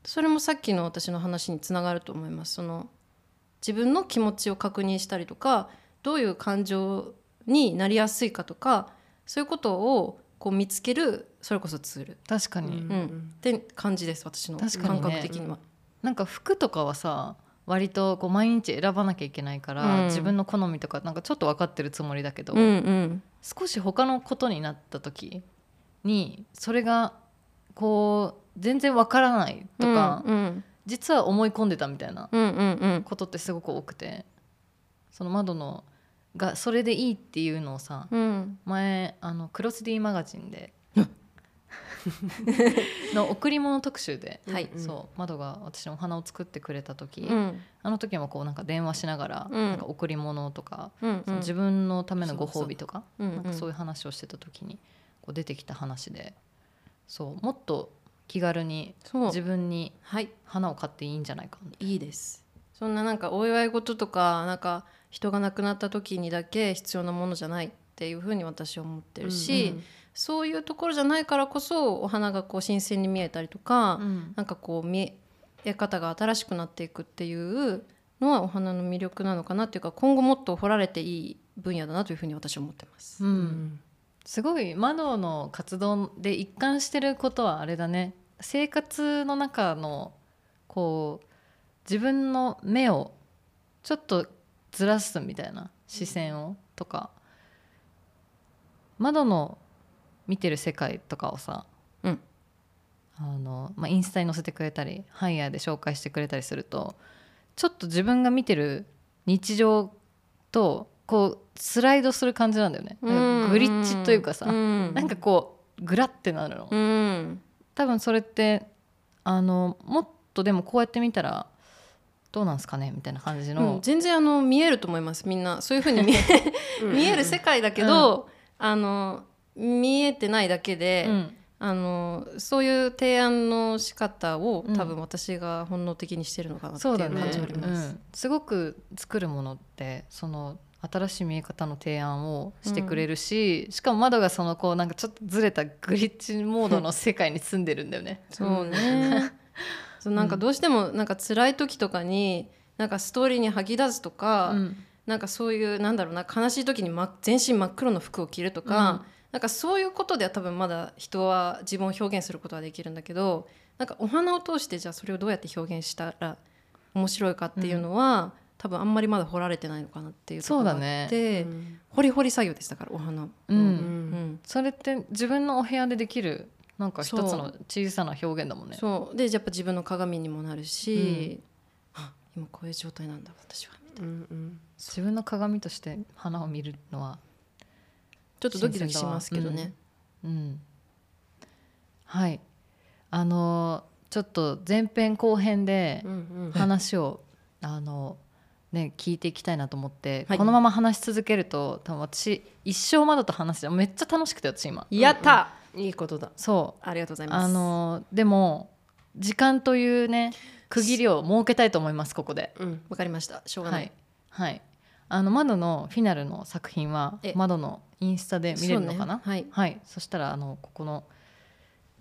それもさっきの私の話につながると思いますその自分の気持ちを確認したりとかどういう感情になりやすいかとかそういうことをこう見つけるそれこそツール確かうに、んって感じです私の確かにね感覚的には。なんか服とかはさ割とこう毎日選ばなきゃいけないから、うん自分の好みとかなんかちょっと分かってるつもりだけど、うんうん少し他のことになった時にそれがこう全然わからないとか、うん実は思い込んでたみたいなうんうんうんことってすごく多くてその窓のがそれでいいっていうのをさうん前あのクロス D マガジンで の贈り物特集で、はいそう窓が私のお花を作ってくれた時、うんあの時もこうなんか電話しながら、うんなんか贈り物とか、うんその自分のためのご褒美とか分なんかそういう話をしてた時にこう出てきた話でそうもっと気軽にそう自分にはい花を買っていいんじゃないかみたいいいですそんななんかお祝い事とかなんか人が亡くなった時にだけ必要なものじゃないっていうふうに私は思ってるし、うんそういうところじゃないからこそお花がこう新鮮に見えたりとか、な。うんなんかこう見え方が新しくなっていくっていうのはお花の魅力なのかなっていうか今後もっと掘られていい分野だなというふうに私は思ってます。ううんんすごいマドの活動で一貫してることはあれだね生活の中のこう自分の目をちょっとずらすみたいな視線をとか窓の見てる世界とかをさ、うんあのまあ、インスタに載せてくれたりハイヤーで紹介してくれたりするとちょっと自分が見てる日常とこうスライドする感じなんだよねなんかグリッチというかさ、なんかこうグラってなるの、うん多分それってあのもっとでもこうやって見たらどうなんすかねみたいな感じうんの、全然あの見えると思いますみんなそういうふうに見え見える世界だけど、あの見えてないだけで、うんあのそういう提案の仕方をうん多分私が本能的にしてるのかなっていそううだね感じはあります。うんすごく作るものってその新しい見え方の提案をしてくれるし、しかも窓がそのこうなんかちょっとずれたグリッチモードの世界に住んでるんだよね。そうね。 そうなんかどうしてもなんか辛い時とかになんかストーリーに吐き出すとか、うんなんかそういうなんだろうな悲しい時に、ま、全身真っ黒の服を着るとか、うんなんかそういうことでは多分まだ人は自分を表現することはできるんだけどなんかお花を通してじゃあそれをどうやって表現したら面白いかっていうのは、多分あんまりまだ掘られてないのかなっていうところがあってそうだ掘り掘り作業ですだからお花。ううんうんそれって自分のお部屋でできるなんか一つの小さな表現だもんね。そうでやっぱ自分の鏡にもなるし、あ今こういう状態なんだ私はうんうん自分の鏡として花を見るのは、ちょっとドキドキしますけどね、うん、はいあのーちょっと前編後編でうんうん話を、あのね聞いていきたいなと思って、はいこのまま話し続けると多分私一生窓と話してめっちゃ楽しくて私今やった、いいことだそうありがとうございますあのでも時間というね区切りを設けたいと思いますここで。うんわかりましたしょうがはない、い、はい、あの窓のフィナルの作品はえ窓のインスタで見れるのかな、そうねはいはい、そしたらあのここの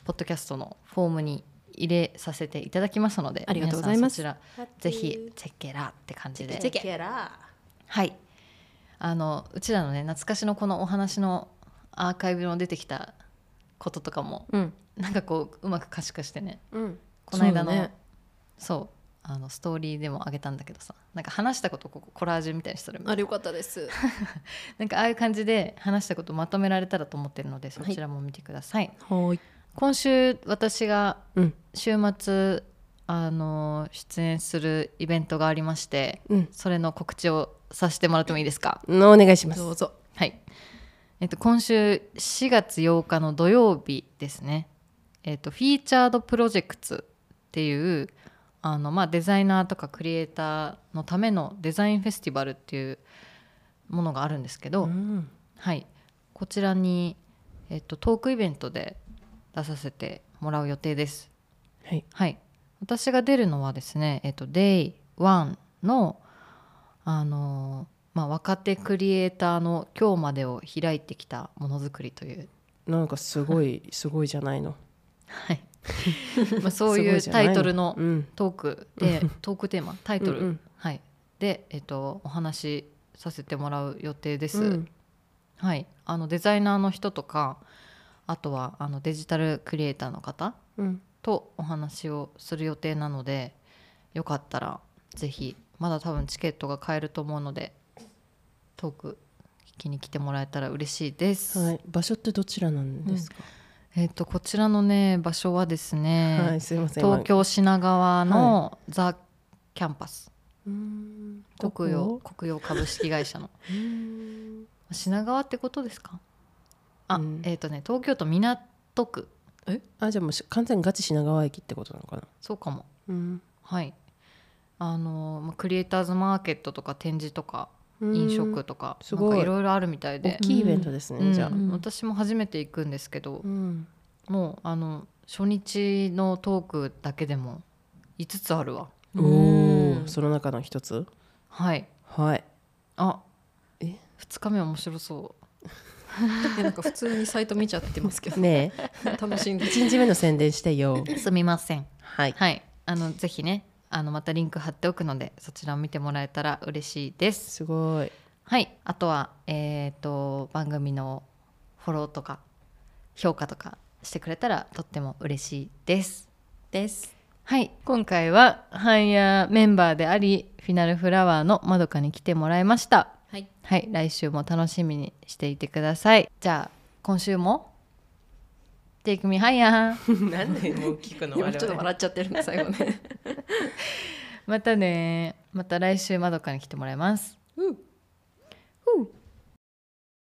ポッドキャストのフォームに入れさせていただきますのでありがとうございます皆さんそちらぜひチェッケラって感じでチェケラはいあのうちらのね懐かしのこのお話のアーカイブの出てきたこととかもうんなんかこううまく可視化してねうんこの間のそうだねそうあのストーリーでもあげたんだけどさなんか話したことをここコラージュみたいにしてるあれよかったですなんかああいう感じで話したことをまとめられたらと思ってるのでそちらも見てください、はい今週私がうん週末あの出演するイベントがありましてうんそれの告知をさせてもらってもいいですかのお願いしますどうぞはい、えっと、今週4月8日の土曜日ですね、えっと、フィーチャードプロジェクツっていうあの、まあ、デザイナーとかクリエイターのためのデザインフェスティバルっていうものがあるんですけど、うんはい、こちらに、えっと、トークイベントで出させてもらう予定です。はいはい、私が出るのはですね、えっと、Day1 の、あのまあ、若手クリエイターの今日までを開いてきたものづくりという、なんかすごい すごいじゃないの はい、まあそういうタイトルのうんトークでトークテーマタイトル、うんうんはい、で、えっと、お話しさせてもらう予定です。うんはい、あのデザイナーの人とかあとはあのデジタルクリエイターの方うんとお話をする予定なのでよかったらぜひまだ多分チケットが買えると思うのでトーク聞きに来てもらえたら嬉しいです。はい場所ってどちらなんですかえっとこちらのね場所はですね、はいすいません東京品川のザ・キャンパス、うん国用どこ国用株式会 社のうん品川ってことですかあ、うんえっ、とね東京都港区あじゃあもうし完全にガチ品川駅ってことなのかなそうかもうんはいあのまあクリエイターズマーケットとか展示とか飲食とか,、すごいなんかいろいろあるみたい大で、きいイベントですね、うんじゃあ、うん私も初めて行くんですけど、うんもうあの初日のトークだけでも5つあるわおおうんその中の一つはいはいあえ2日目面白そういやなんか普通にサイト見ちゃってますけどねえ楽しんで1日目の宣伝してよすみません はいはいあのぜひねあのまたリンク貼っておくのでそちらを見てもらえたら嬉しいですすごいはい、あとは、えー、と番組のフォローとか評価とかしてくれたらとっても嬉しいです。ですはい、今回は半夜メンバーでありフィナルフラワーのまどかに来てもらいました。はいはい、来週も楽しみにしていてください。じゃあ今週も Take me higher なんでもう聞く今ちょっと笑っちゃってるね最後ねまたねまた来週まどかに来てもらいます。うんふう